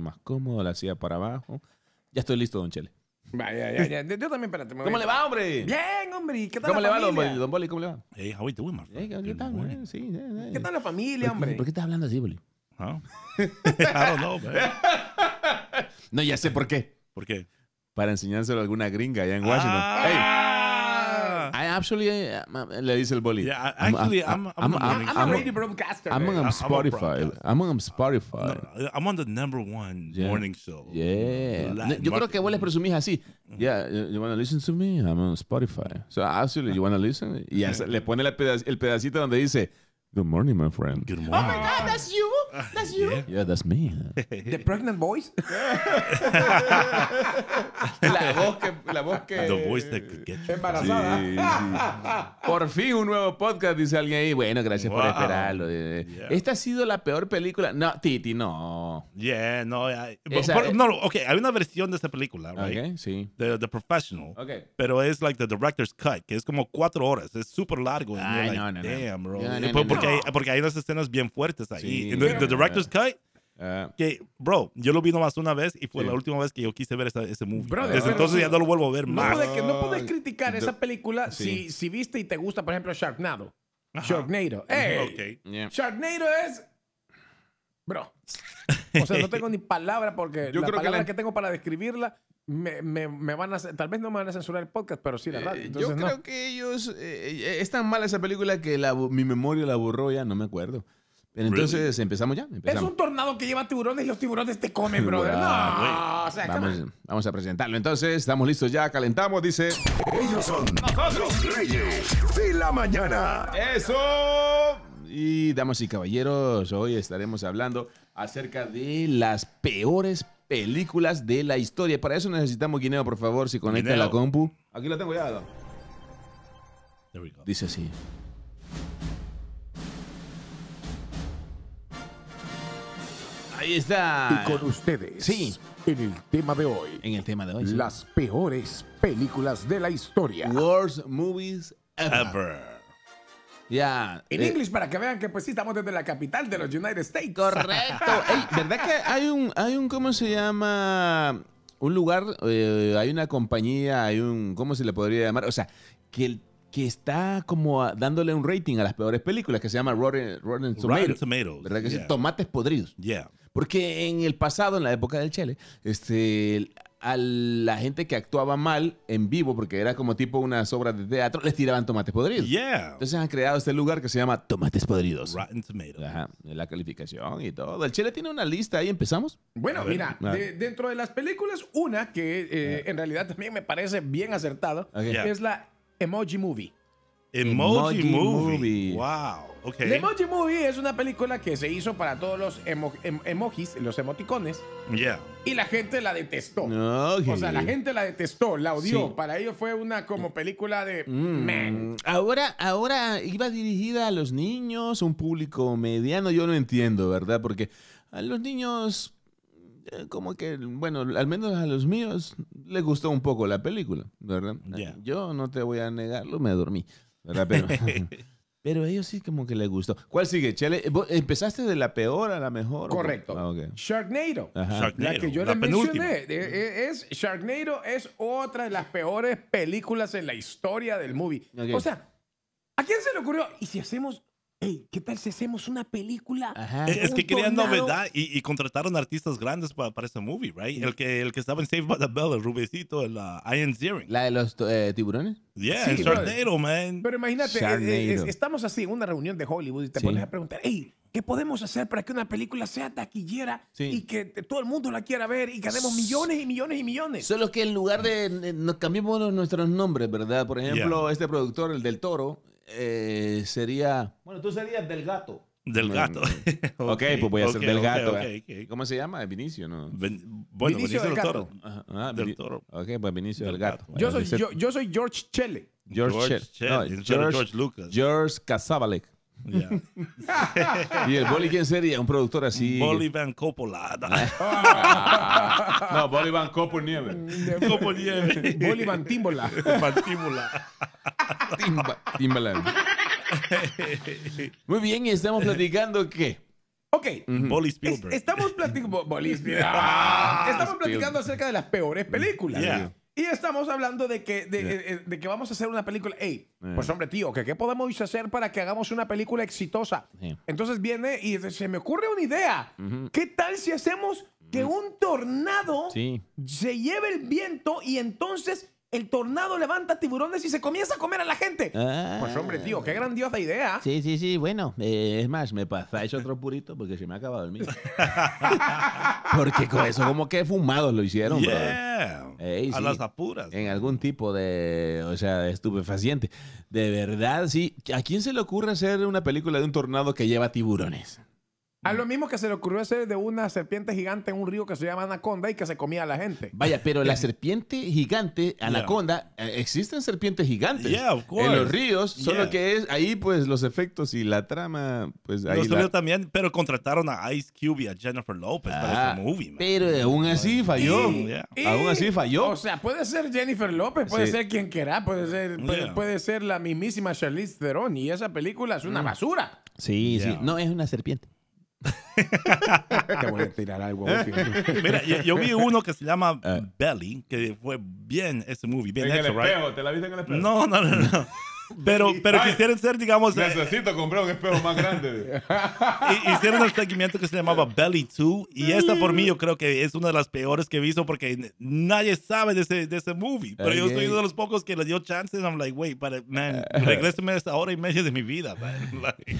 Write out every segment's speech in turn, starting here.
más cómodo, la silla para abajo. Ya estoy listo, don Chele. Vaya, ya, ya. Yo también, espérate. me voy. ¿Cómo le va, hombre? Bien, hombre. ¿y ¿Qué tal ¿Cómo le la va, don familia? Boli? Don Boli, ¿cómo le va? Hey, how you doing, my Eh, friend? ¿Qué Good tal? morning. Eh, Sí, eh, eh. ¿Qué tal la ¿Por familia, qué- hombre? ¿Por qué estás hablando así, Boli? Huh? I don't know, man. No, ya sé por qué. ¿Por qué? Para enseñárselo a alguna gringa allá en Washington. Hey, Ah, I actually, eh, ma- le dice el Boli. Yeah, I- actually, I'm- I'm, I'm the I'm, morning- Ah, I'm, I'm- a radio broadcaster. I'm man. on I'm a Spotify. broadcast. I'm on Spotify. no, I'm on the number one Yeah. morning show. Yeah. Latin Yo creo market. que vos les presumís así. Yeah, you, you wanna listen to me? I'm on Spotify. So actually, you wanna listen? Y hasta le pone la peda- el pedacito donde dice, Good morning, my friend. Good morning. Ah, Oh my God, that's you. That's you. Yeah. Yeah, that's me. The pregnant voice. la voz que... La voz que... The voice that could get you. Sí, Embarazada. sí. Por fin un nuevo podcast, dice alguien ahí. Bueno, gracias por Wow. esperarlo. Eh, Yeah. Esta ha sido la peor película. No, Titi, no. Yeah, no, I- but- Esa- but- no, okay, hay una versión de esta película, right? Ok, sí. The, the Professional. Ok. Pero es like the director's cut, que es como cuatro horas. Es súper largo. And Ay, you're like, no, no, no. Damn, bro. No, no, Y no, por- no. porque, Hay, porque hay unas escenas bien fuertes ahí. Sí. Y the, the director's cut, Ah, que, bro, yo lo vi nomás una vez y fue Sí. la última vez que yo quise ver esa- ese movie. Brother, Desde pero- entonces ya no lo vuelvo a ver No más. puedes, no puedes criticar Do- esa película Sí. si, si viste y te gusta, por ejemplo, Sharknado. Ajá. Sharknado. Ey, Ok. yeah. Sharknado es. Bro. O sea, no tengo ni palabra porque Yo las creo que palabras la- que, tengo para describirla me, me- me van a. Tal vez no me van a censurar el podcast, pero sí la radio. Eh, Entonces, yo no. creo que ellos. eh, eh, es tan mala esa película que la bu- mi memoria la borró ya, no me acuerdo. Pero Really? entonces empezamos ya. Es Empezamos. un tornado que lleva tiburones y los tiburones te comen, brother. Ah, No, o sea, Vamos, vamos a presentarlo. Entonces, estamos listos ya, calentamos, dice. Ellos son los Reyes de la Mañana. ¡Eso! Y damas y caballeros, hoy estaremos hablando acerca de las peores películas de la historia. Para eso necesitamos Guineo, por favor, si conecta Guineo. la compu. Aquí la tengo ya. Adam. There we go. Dice así. Ahí está. Y con ustedes, Ah, Sí. en el tema de hoy, En el tema de hoy. sí. las peores películas de la historia. Worst movies ever. Ever. Ya. En eh, inglés para que vean que pues sí estamos desde la capital de los United States. Correcto. Ey, ¿Verdad que hay un, hay un, ¿cómo se llama? Un lugar, eh, hay una compañía, hay un, ¿cómo se le podría llamar? O sea, que, el- que está como a- dándole un rating a las peores películas, que se llama Rotten, Rotten Rotten Tomatoes. Tomatoes. ¿Verdad que sí? yeah. Tomates podridos. Yeah. Porque en el pasado, en la época del Chele, este, a la gente que actuaba mal en vivo, porque era como tipo unas obras de teatro, les tiraban tomates podridos. Yeah. Entonces han creado este lugar que se llama Tomates Podridos. Rotten Tomatoes. Ajá, la calificación y todo. El Chele tiene una lista ahí, empezamos. Bueno, mira, Ah. de- dentro de las películas, una que eh, en realidad también me parece bien acertada Ok. Yeah. es la Emoji Movie. Emoji, Emoji movie. Movie. Wow. Okay. La Emoji Movie es una película que se hizo para todos los emo- em- emojis, los emoticones, Yeah. y la gente la detestó. Ok. O sea, la gente la detestó, la odió. Sí. Para ellos fue una como película de... Mm, "Meh". Ahora, ahora iba dirigida a los niños, un público mediano, yo no entiendo, ¿verdad? Porque a los niños, eh, como que, bueno, al menos a los míos les gustó un poco la película, ¿verdad? Ya. Yo no te voy a negarlo, me dormí, ¿verdad? Pero, pero a ellos sí como que les gustó. ¿Cuál sigue, Chele? ¿Vos ¿Empezaste de la peor a la mejor? Correcto. Ah, ok. Ah, Sharknado. Ajá. Sharknado, La que yo la les penúltima. mencioné de- e- es Sharknado es otra de las peores películas en la historia del movie. Ok. O sea, ¿a quién se le ocurrió? ¿Y si hacemos, hey, qué tal si hacemos una película? Ajá. Es un que querían tornado. novedad y, y contrataron artistas grandes pa- para ese movie, right? El que, el que estaba en Saved by the Bell, el rubecito, el uh, Ian Ziering. ¿La de los eh, tiburones? Yeah, Sí, el brother. Sharknado, man. Pero imagínate, eh, eh, es- Sharknado. estamos así en una reunión de Hollywood y te Sí. pones a preguntar, hey, ¿qué podemos hacer para que una película sea taquillera Sí. y que te- todo el mundo la quiera ver y ganemos millones y millones y millones? Solo que en lugar de eh, nos cambiamos los- nuestros nombres, ¿verdad? Por ejemplo, este productor, el del toro, eh, sería. Bueno, tú serías del gato. Del gato. Ok, pues voy a ser ok, del ok, gato. ok, ¿eh? ok. ¿Cómo se llama? Vinicio, ¿no? Ven- bueno, Vinicio Vinicio del del Gato. Toro. Ajá, ah, Del Vini- toro. Ok, pues Vinicio del, Del gato. gato. Yo soy, Ese- yo, yo soy George Chelle. George, George Shell. Shell, No, instead of George, George Lucas. George Casablanca. Yeah. ¿Y el Boli quién sería? Un productor así. Bolly Van Coppola. No, Boli Van Copo Nieve. Como nieve. Bolívar Tímbola. Mantíbula. Timba- Timbaland. Muy bien, y estamos platicando que. Ok. Bully Es- Spielberg. este estamos, platic- Bo- Bolis- estamos platicando acerca de las peores películas. Yeah. Y estamos hablando de que, de, eh, de que vamos a hacer una película. Ey, pues hombre, tío, ¿qué, ¿qué podemos hacer para que hagamos una película exitosa? Sí. Entonces viene y dice, se me ocurre una idea. ¿Qué tal si hacemos que un tornado Sí. se lleve el viento y entonces el tornado levanta tiburones y se comienza a comer a la gente? Ah. Pues hombre, tío, qué grandiosa idea. Sí, sí, sí, bueno, eh, es más, me pasáis otro purito porque se me ha acabado el mío. porque con eso, como que fumados lo hicieron, brother. Yeah. Ey, a sí. las apuras. En algún tipo de, o sea, estupefaciente. De verdad, sí. ¿A quién se le ocurre hacer una película de un tornado que lleva tiburones? A lo mismo que se le ocurrió hacer de una serpiente gigante en un río que se llama Anaconda y que se comía a la gente. Vaya, pero la serpiente gigante, anaconda, eh, existen serpientes gigantes Yeah, of course. en los ríos, solo Yeah. que es ahí pues los efectos y la trama, pues ahí Los la- salió también, pero contrataron a Ice Cube y a Jennifer Lopez para Ah, ese movie, man. Mm, Pero aún así falló. Y- y- Aún así falló. O sea, puede ser Jennifer López, puede Sí. ser quien quiera, puede ser, puede, Yeah. puede ser la mismísima Charlize Theron y esa película es una basura. sí, Ya. sí. No, es una serpiente. Te voy a tirar algo. Wolfie. Mira, yo, yo vi uno que se llama Ah. Belly, que fue bien ese movie, bien En el hecho, right? espejo, ¿te la viste en el espejo? No, no, no, no. Pero, pero Ay. quisieron ser, digamos, eh, Necesito comprar un espejo más grande. hi- hicieron el segmento que se llamaba Belly 2 y esta por mí yo creo que es una de las peores que he visto porque n- nadie sabe de ese, de ese movie. Pero yo Ok. soy uno de los pocos que le dio chance and I'm like, wait, para, man, regréseme esta hora y media de mi vida, man. Like,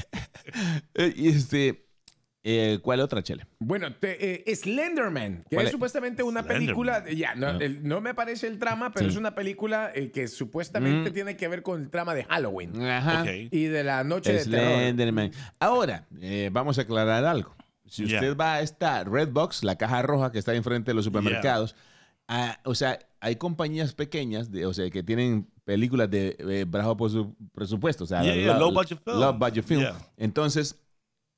Eh, y este, eh, ¿cuál otra, Chele? Bueno, te- eh, Slenderman, que ¿Cuál es, es? supuestamente una Slenderman. película, eh, ya, no, el- no me parece el trama, pero Sí. es una película eh, que supuestamente tiene que ver con el trama de Halloween Ajá. ok. y de la noche de terror. Slenderman. Ahora, eh, vamos a aclarar algo. Si Ya. usted va a esta Red Box, la caja roja que está enfrente de los supermercados, ah, o sea, hay compañías pequeñas de, o sea, que tienen películas de eh, bajo presu- presupuesto. O sea, Yeah, la- yeah, la- low budget film. low budget film. Yeah. Entonces,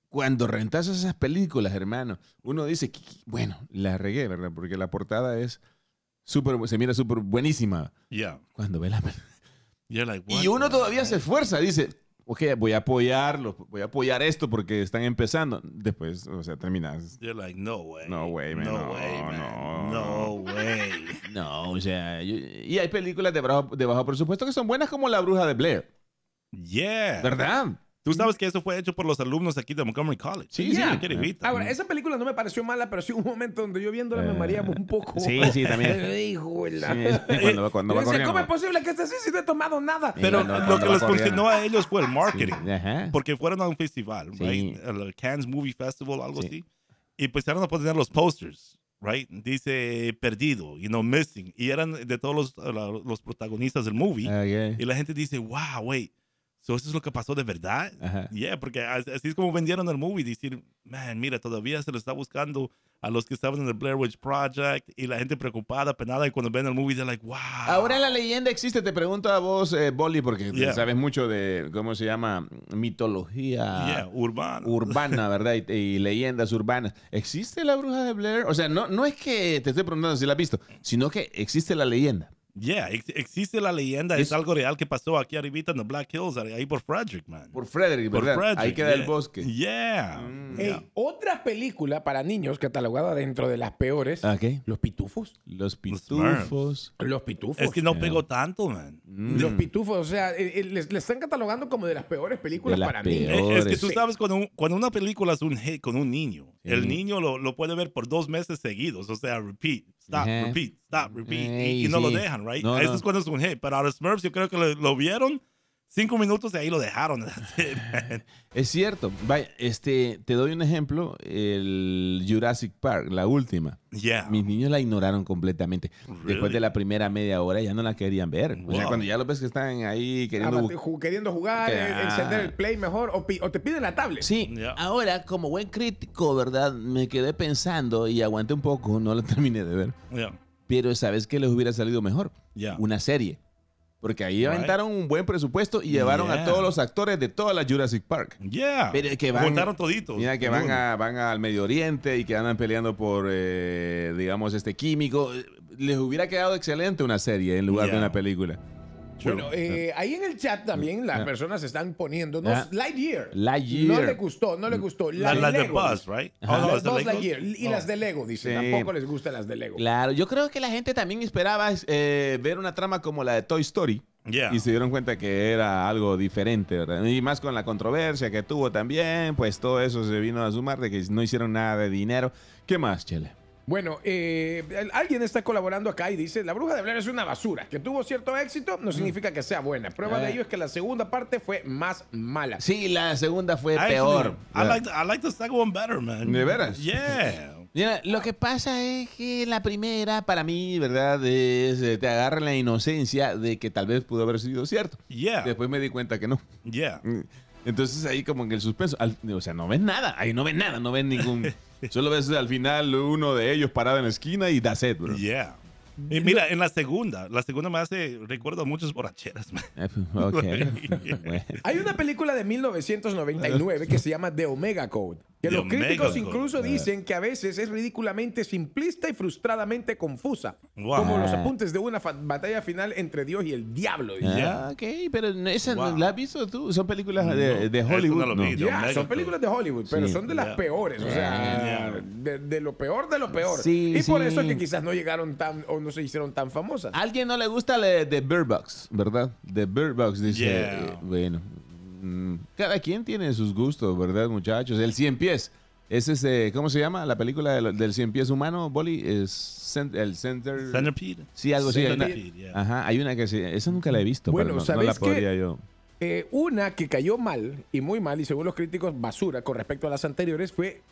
cuando rentas esas películas, hermano, uno dice, "Qui- qui- bueno, la regué, ¿verdad? Porque la portada es súper, se mira súper buenísima. Yeah. Cuando ve la pel- You're like, what y uno the- todavía se esfuerza, dice, ok, voy a apoyarlo, voy a apoyar esto porque están empezando. Después, o sea, terminas. You're like, no way. No way, man. No, No, way, man. No, no. way. No, o sea, yo- y hay películas de bajo, de bajo presupuesto que son buenas como La Bruja de Blair, Yeah. ¿verdad? Tú sabes que eso fue hecho por los alumnos aquí de Montgomery College. Sí, sí. Yo quiero invitar. Ahora, esa película no me pareció mala, pero sí hubo un momento donde yo viéndola me Eh, mareaba un poco. sí, sí, también. Hijo de la- Sí, es- cuando va- cuando va Yo decía, ¿Cómo corriendo. es posible que este estés así si no he tomado nada? Sí, Pero cuando- lo cuando que va les corriendo. funcionó a ellos fue el marketing. Sí, ajá. Porque fueron a un festival, Sí. right? El Cannes Movie Festival, algo Sí. así. Y pues empezaron a poner los posters, right? Dice perdido, you know, missing. Y eran de todos los, eh, la- los protagonistas del movie. Ok. Y la gente dice, wow, wait, so ¿eso es lo que pasó de verdad? Ajá. Yeah, porque as- así es como vendieron el movie, decir, man, mira, todavía se lo está buscando a los que estaban en el Blair Witch Project y la gente preocupada, penada, y cuando ven el movie, they're like, wow. Ahora la leyenda existe, te pregunto a vos, eh, Boli, porque Yeah. sabes mucho de, ¿cómo se llama? Mitología. Yeah, urbano. urbana, ¿verdad? Y, y leyendas urbanas. ¿Existe la bruja de Blair? O sea, no, no es que te esté preguntando si la has visto, sino que existe la leyenda. yeah, ex- existe la leyenda, es Es- algo real que pasó aquí arribita en the Black Hills, ahí por Frederick, man. Por Frederick, Por ¿verdad? Frederick, Ahí queda yeah. el bosque. Mm. Yeah. Ey, Yeah. eh, Otra película para niños catalogada dentro de las peores. Ok. Los pitufos. Los Smurfs. pitufos. Los pitufos. Es que no pegó tanto, man. Mm. Los pitufos, o sea, eh, eh, les, les están catalogando como de las peores películas De las para peores. niños. Eh, Es que Peores. tú sabes, cuando, un- cuando una película es un hit con un niño, el Sí. niño lo, lo puede ver por dos meses seguidos. O sea, repeat, stop, Ajá. repeat, stop, repeat. y- y, Ey, no lo sí. dejan, ¿right? No, Eso no. es cuando es un hit. Pero ahora Smurfs, yo creo que lo, lo vieron cinco minutos y ahí lo dejaron. Es cierto. Vaya, este, te doy un ejemplo. El Jurassic Park, la última. yeah. Mis niños la ignoraron completamente. Después de la primera media hora ya no la querían ver. O sea, Wow. cuando ya los ves que están ahí queriendo Ah, buscar. te- ju- queriendo jugar, eh, Ah. encender el play mejor, o, pi- o te piden la tablet. Sí, Ya. ahora como buen crítico, ¿verdad? Me quedé pensando y aguanté un poco, no la terminé de ver. Yeah. Pero sabes que les hubiera salido mejor. Ya. Una serie. Porque ahí Right. aventaron un buen presupuesto y llevaron Yeah. a todos los actores de toda la Jurassic Park. Yeah. Pero es que van- Juntaron toditos. Mira que van, a, van al Medio Oriente y que andan peleando por, eh, digamos, este químico. Les hubiera quedado excelente una serie en lugar Ya. de una película. Bueno, eh, ahí en el chat también las personas están poniéndonos Ah. Lightyear. Lightyear. No le gustó, no le gustó. La, la de Lego. Buzz, right? Las Oh, no, es de Buzz Legos. Lightyear. Y las de Lego, dice. Sí. Tampoco les gustan las de Lego. Claro, yo creo que la gente también esperaba eh, ver una trama como la de Toy Story. Yeah. Y se dieron cuenta que era algo diferente, ¿verdad? Y más con la controversia que tuvo también, pues todo eso se vino a sumar de que no hicieron nada de dinero. ¿Qué más, Chele? Bueno, eh, el- alguien está colaborando acá y dice, la bruja de Blair es una basura. Que tuvo cierto éxito no significa que sea buena. Prueba Eh. de ello es que la segunda parte fue más mala. Sí, la segunda fue Actually, peor. I like, the- I like the second one better, man. ¿De veras? Yeah. Mira, lo que pasa es que la primera, para mí, ¿verdad? Es, eh, te agarra la inocencia de que tal vez pudo haber sido cierto. Yeah. Después mm, me di cuenta que no. Yeah. Entonces ahí como que el suspenso, al- o sea, no ven nada, ahí no ven nada, no ven ningún... Solo ves al final uno de ellos parado en la esquina y da set, bro. Yeah. Y Mm. mira, en la segunda, la segunda me hace, recuerdo muchas borracheras, man. Eh, Ok. Bueno. Hay una película de 1999 que se llama The Omega Code, que The los Omega críticos Code. Ah. incluso dicen que a veces es ridículamente simplista y frustradamente confusa, Wow. como los apuntes de una fa- batalla final entre Dios y el diablo. dice. Ah, ok, pero no- esa no- Wow. ¿la has visto tú? Son películas de, No, de eso no Hollywood. lo no. vi, The Ya, Omega son Code. películas de Hollywood, pero Sí. son de las Ya. Ah. peores, o sea, Ya. de, de lo peor de lo peor. Sí, y por sí. Ah. eso es que quizás no llegaron tan o no se hicieron tan famosas. ¿A alguien no le gusta la de Bird Box, ¿verdad? De Bird Box dice, Yeah. eh, bueno, mm, cada quien tiene sus gustos, ¿verdad, muchachos? El Cien Pies. Es ese, ¿cómo se llama? La película del, del Cien Pies humano, Boli, es cen- el Center... Centipede. Sí, algo así. hay una- Centipede, yeah. Ajá, hay una que se... Esa nunca la he visto, Bueno, pero no, no ¿sabes la qué? podría yo... Eh, una que cayó mal y muy mal y según los críticos basura con respecto a las anteriores fue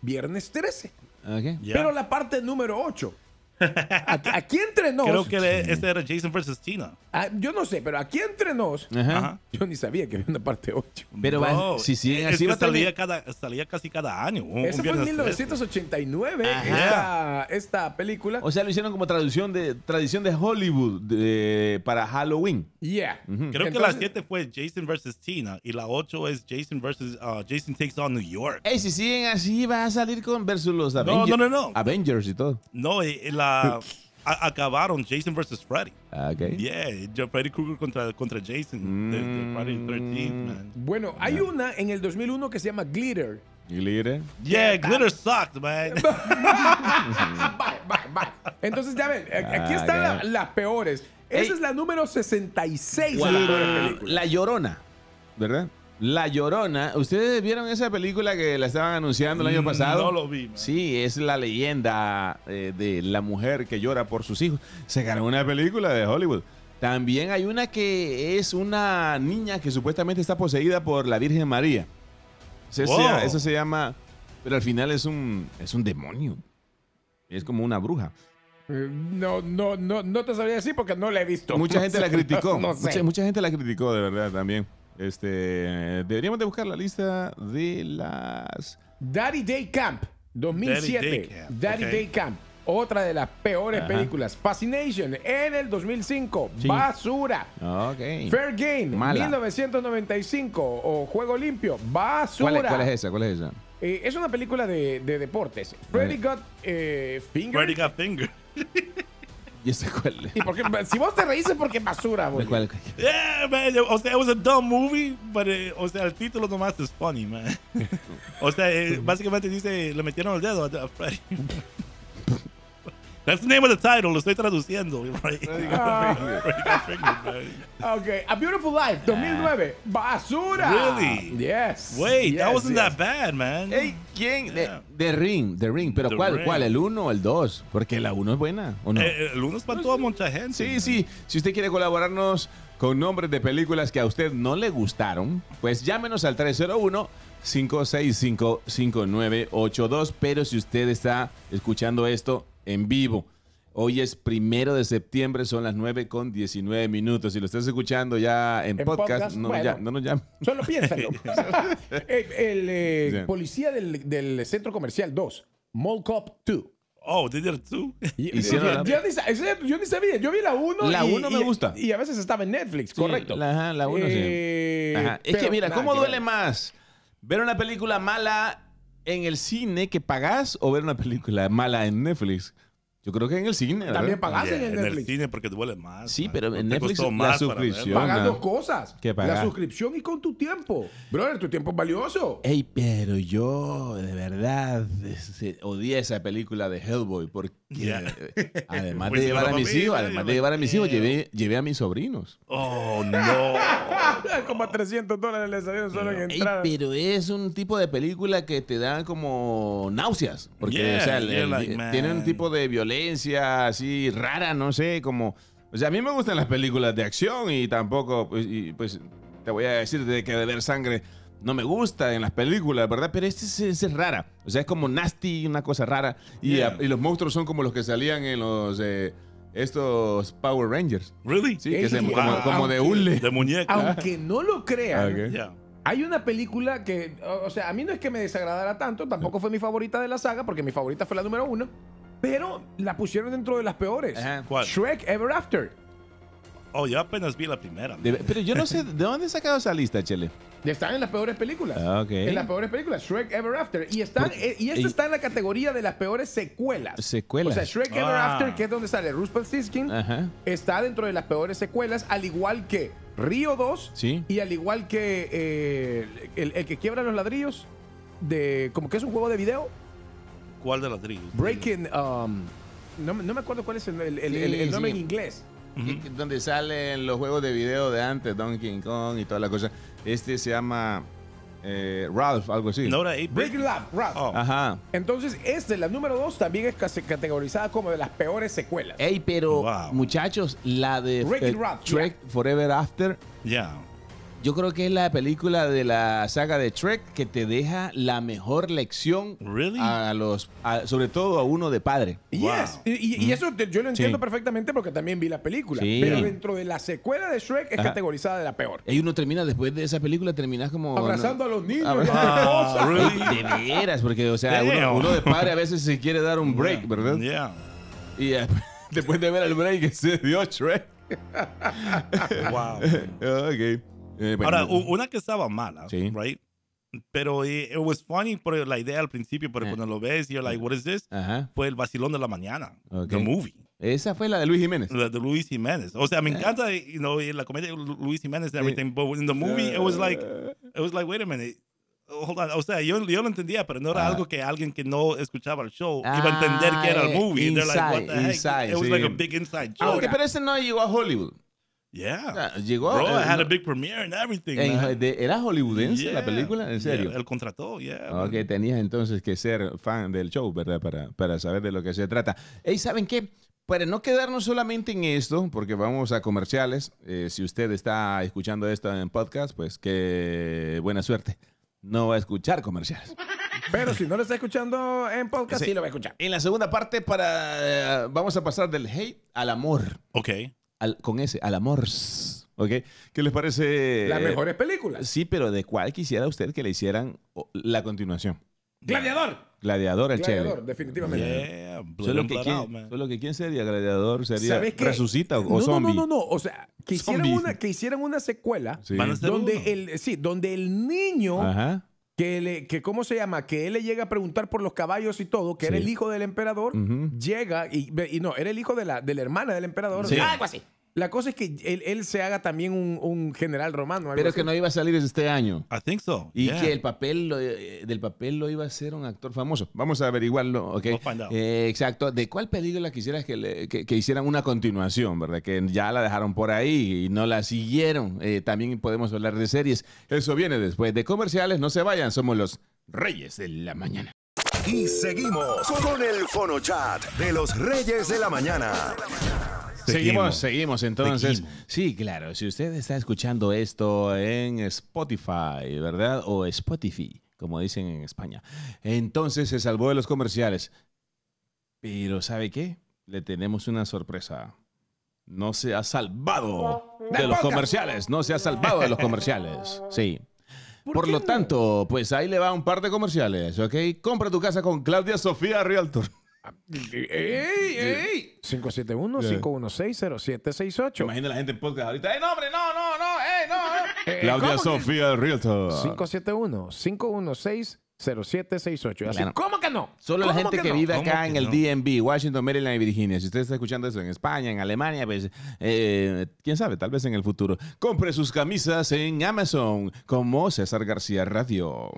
Viernes 13. Ok. Yeah. Pero la parte número 8. Aquí, aquí entre nos. Creo que ese era Jason versus Tina. ah, yo no sé, pero aquí entre nos. Ajá. Ajá. Yo ni sabía que había una parte 8. Pero va- Bro, si siguen es así que va a salía, terminar- cada, salía casi cada año. un- un Esa fue en viernes trece. 1989, Ajá. esta, esta película. O sea, lo hicieron como traducción de, tradición de Hollywood de- para Halloween. Yeah. Creo que Entonces- la 7 fue Jason versus Tina y la 8 es Jason versus uh, Jason Takes on New York. Ey, si siguen así, va a salir con versus los Avengers. no, no, no. Avengers y todo. No, y- y la a- acabaron Jason versus Freddy. Ah, ok. Yeah, yo- Freddy Krueger contra, contra Jason de, de Friday the 13th, man. Bueno, hay una en el 2001 que se llama Glitter. Glitter. Yeah, glitter sucked, man. Mm. Bye, bye, bye. Entonces, ya ven, aquí Ah, están ya. la- las peores. Esa Ey. es la número 66 Wow. de las peores películas. Ah. La Llorona. ¿Verdad? La Llorona. ¿Ustedes vieron esa película que la estaban anunciando el año pasado? Mm, No lo vi, man. Sí, es la leyenda eh, de la mujer que llora por sus hijos. Se ganó una película de Hollywood. También hay una que es una niña que supuestamente está poseída por la Virgen María. Se- se- Wow. Eso se llama... Pero al final es un, es un demonio. Es como una bruja. Eh, No, no, no, no te sabría decir porque no la he visto. Mucha No gente sé, la criticó. No, no sé. mucha, mucha gente la criticó, de verdad, también. Este, deberíamos de buscar la lista de las... Daddy Day Camp, 2007. Daddy Daddy Day Day Camp. Camp, ok. Otra de las peores películas. Fascination en el 2005. Basura. Ok. Fair Game, Mala. 1995. O Juego Limpio. Basura. ¿Cuál es, cuál es esa? ¿Cuál es esa? Eh, es una película de, de deportes. Freddy Got eh, Finger. Freddy got finger. ¿Y esa cuál es? ¿Y por qué? si vos te reís es porque es basura, boludo. ¿Cuál- cuál- Yeah, man. O sea, it was a dumb movie, but, eh, o sea, el título nomás es funny, man. o sea, eh, básicamente dice, le metieron el dedo a, a Freddy. That's the name of the title, lo estoy traduciendo. Right? Freddy got finger, man. Ok, A Beautiful Life, 2009. Basura. Really? Yes. Wait, that yes, wasn't yes. that bad, man. Ey, ¿Quién? Yeah. The, The Ring, The Ring. ¿Pero The cuál? Ring. ¿Cuál? ¿El 1 o el 2? Porque la 1 es buena, ¿o no? Eh, eh, el uno espantó a mucha gente. Sí, man. sí. Si usted quiere colaborarnos con nombres de películas que a usted no le gustaron, pues llámenos al 301-565-5982. Pero si usted está escuchando esto en vivo, hoy es primero de septiembre, son las 9 con 19 minutos. Si lo estás escuchando ya en, En podcast, podcast, no, bueno. ya- no nos llame. Solo piénsalo. el el, eh, Sí. policía del, del centro comercial 2, Mall Cop 2. Oh, they did it too. Y- Hicieron la- yo, ni, sa- ese- yo ni sabía, yo vi la 1. La uno me gusta. Y a veces estaba en Netflix, correcto. la- ajá, la uno sí. Eh, Ajá. Es que pero mira, nada ¿cómo que duele ver. más? ¿Ver una película mala en el cine que pagás o ver una película mala en Netflix? Yo creo que en el cine. ¿verdad? También pagaste Yeah, en en el el Netflix. cine porque duele más. Sí, man. pero en Te Netflix costó la más para suscripción. verlo. Pagas Ajá. dos cosas. ¿Qué La pagas? suscripción y con tu tiempo. Brother, tu tiempo es valioso. Ey, pero yo de verdad este, odié esa película de Hellboy porque Ya. eh, además de Fuiste llevar con a la mis familia, hijos, además de yo llevar a mis hijos, creo. llevé, llevé a mis sobrinos. Oh, no. Como 300 dólares le salieron solo en Ey, entrada. pero es un tipo de película que te da como náuseas, porque Yeah, o sea, el- yeah, el- like, tiene man. un tipo de violencia así rara, no sé, como... O sea, a mí me gustan las películas de acción y tampoco, pues, y, pues, te voy a decir de que de ver sangre no me gusta en las películas, ¿verdad? Pero este es, es rara, o sea, es como nasty, una cosa rara, y, Yeah. a- y los monstruos son como los que salían en los... eh, estos Power Rangers. Really? Sí, que se- Ey, como, wow. como de hule. De muñeco. Aunque no lo crean, Ok. Yeah. hay una película que, o o sea, a mí no es que me desagradara tanto, tampoco fue mi favorita de la saga, porque mi favorita fue la número uno, pero la pusieron dentro de las peores. Ajá. ¿Cuál? Shrek Ever After. Oh, yo apenas vi la primera. man. De- pero yo no sé, ¿de dónde has sacado esa lista, Chele? Están en las peores películas. Ah, ok. En las peores películas, Shrek Ever After. Y, están, eh, y esta y- está en la categoría de las peores secuelas. Secuelas. Ah. O sea, Shrek Ever Ah. After, que es donde sale Ruth Siskin, Ajá. está dentro de las peores secuelas, al igual que Río 2 Sí. y al igual que eh, el, el que quiebra los ladrillos, de como que es un juego de video, ¿Cuál de las tribus? Breaking... um, no, me- no me acuerdo cuál es el, el- el- Sí, el- el nombre sí. en inglés. Y que- Donde salen los juegos de video de antes, Donkey Kong y toda la cosa. Este se llama eh, Ralph, algo así. No era 8 Breaking Love, Ralph. Oh. Ajá. Entonces, esta, la número 2, también es casi- categorizada como de las peores secuelas. Ey, pero Wow. muchachos, la de Wreck-It eh, Ralph, Trek Forever After, Yeah. yo creo que es la película de la saga de Trek que te deja la mejor lección Really? a los, a- sobre todo a uno de padre. Yes. Wow. Y, y- y eso te- yo lo entiendo Mm-hmm. Sí. perfectamente porque también vi la película. Sí. Pero dentro de la secuela de Shrek es Ajá. categorizada de la peor. Y uno termina después de esa película, terminas como Abrazando a los niños. Abra- y a la esposa. Ah, really? De veras, porque, o sea, Damn. uno, uno de padre a veces se quiere dar un break, ¿verdad? Yeah. Y eh, después de ver el break que se dio Shrek. Wow. ok. Eh, bueno. Ahora, u- una que estaba mala, Sí. right? Pero eh, it was funny por la idea al principio, pero Ah. cuando lo ves, you're like, what is this? Ajá. Fue el vacilón de la mañana, Ok. the movie. Esa fue la de Luis Jiménez. La de Luis Jiménez. O sea, me encanta, you know, la comedia de Lu- Luis Jiménez and everything, but in the movie, it was like, it was like, wait a minute. Hold on. O sea, yo, yo lo entendía, pero no era Ah. algo que alguien que no escuchaba el show iba a entender que era el Ah, movie. They're like, what inside, the heck? inside, it was sí. like a big inside Ah, joke. ok, pero ese no llegó a Hollywood. O yeah. sea, llegó Bro, I eh, had a no- big premiere and everything. en- man. de- ¿Era hollywoodense Yeah. la película? ¿En Yeah, serio? el contrató, yeah. Ok, man. tenías entonces que ser fan del show, ¿verdad? Para, para saber de lo que se trata. Y ¿saben qué? Para no quedarnos solamente en esto, porque vamos a comerciales, eh, si usted está escuchando esto en podcast, pues qué buena suerte. No va a escuchar comerciales. Pero si no lo está escuchando en podcast, sí, Sí. lo va a escuchar. En la segunda parte, para, eh, vamos a pasar del hate al amor. Ok. Al- con ese, al amor. ¿Ok? ¿Qué les parece? Las eh, mejores películas. Sí, pero ¿de cuál quisiera usted que le hicieran o- la continuación? Gladiador. Gladiador, el Chele. Gladiador, definitivamente. Yeah, blood Solo in, que, blood quién, out, man. solo que quién sería gladiador sería ¿Sabes qué? resucita o, no, o zombie. No, no, no, no. O sea, que hicieran, Zombie. una, que hicieran una secuela Sí. Van a ser uno. donde el, sí, donde el niño Ajá. que, le, que cómo se llama, que él le llega a preguntar por los caballos y todo, que era Sí. el hijo del emperador, Ujú. llega y, ve- y no, era el hijo de la, de la hermana del emperador. Sí. Algo así. La cosa es que él, él se haga también un, un general romano. algo Pero así. que no iba a salir este año. I think so. Y yeah. que el papel lo- eh, del papel lo iba a hacer un actor famoso. Vamos a averiguarlo, ¿ok? We'll find out. Eh, exacto. ¿De cuál película quisieras que, le- que- que hicieran una continuación, verdad? Que ya la dejaron por ahí y no la siguieron. Eh, también podemos hablar de series. Eso viene después de comerciales. No se vayan, somos los Reyes de la Mañana. Y seguimos con el fono chat de los Reyes de la Mañana. Seguimos, Seguimos. seguimos entonces. Seguimos. Sí, claro, si usted está escuchando esto en Spotify, ¿verdad? O Spotify, como dicen en España. Entonces se salvó de los comerciales. Pero ¿sabe qué? Le tenemos una sorpresa. No se ha salvado de los comerciales, no se ha salvado de los comerciales. Sí. Por, lo tanto, pues ahí le va un par de comerciales, ¿ok? Compra tu casa con Claudia Sofía Realtor. ¡Ey, ey! 571-516-0768. Imagina la gente en podcast ahorita. ¡Ey, no, hombre! ¡No, no, no! ¡Ey, no! Eh, Claudia ¿cómo que- Sofía Realtor. 571-516-0768. 0768. Así, Claro. ¿Cómo que no? Solo la ¿Cómo gente que, no? vive ¿Cómo acá que en el no? DMV, Washington, Maryland y Virginia. Si usted está escuchando eso en España, en Alemania, pues eh, quién sabe, tal vez en el futuro. Compre sus camisas en Amazon como César García Radio.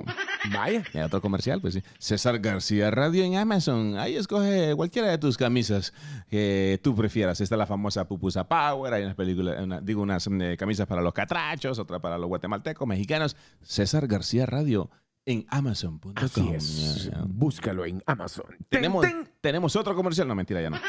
Vaya. Y otro comercial, pues sí. César García Radio en Amazon. Ahí escoge cualquiera de tus camisas que tú prefieras. Está la famosa Pupusa Power, hay unas películas, una- digo, unas eh, camisas para los catrachos, otra para los guatemaltecos, mexicanos. César García Radio en Amazon.com. Así es. Búscalo en Amazon. Tenemos, Ten, ten. tenemos otro comercial. No, mentira, ya no.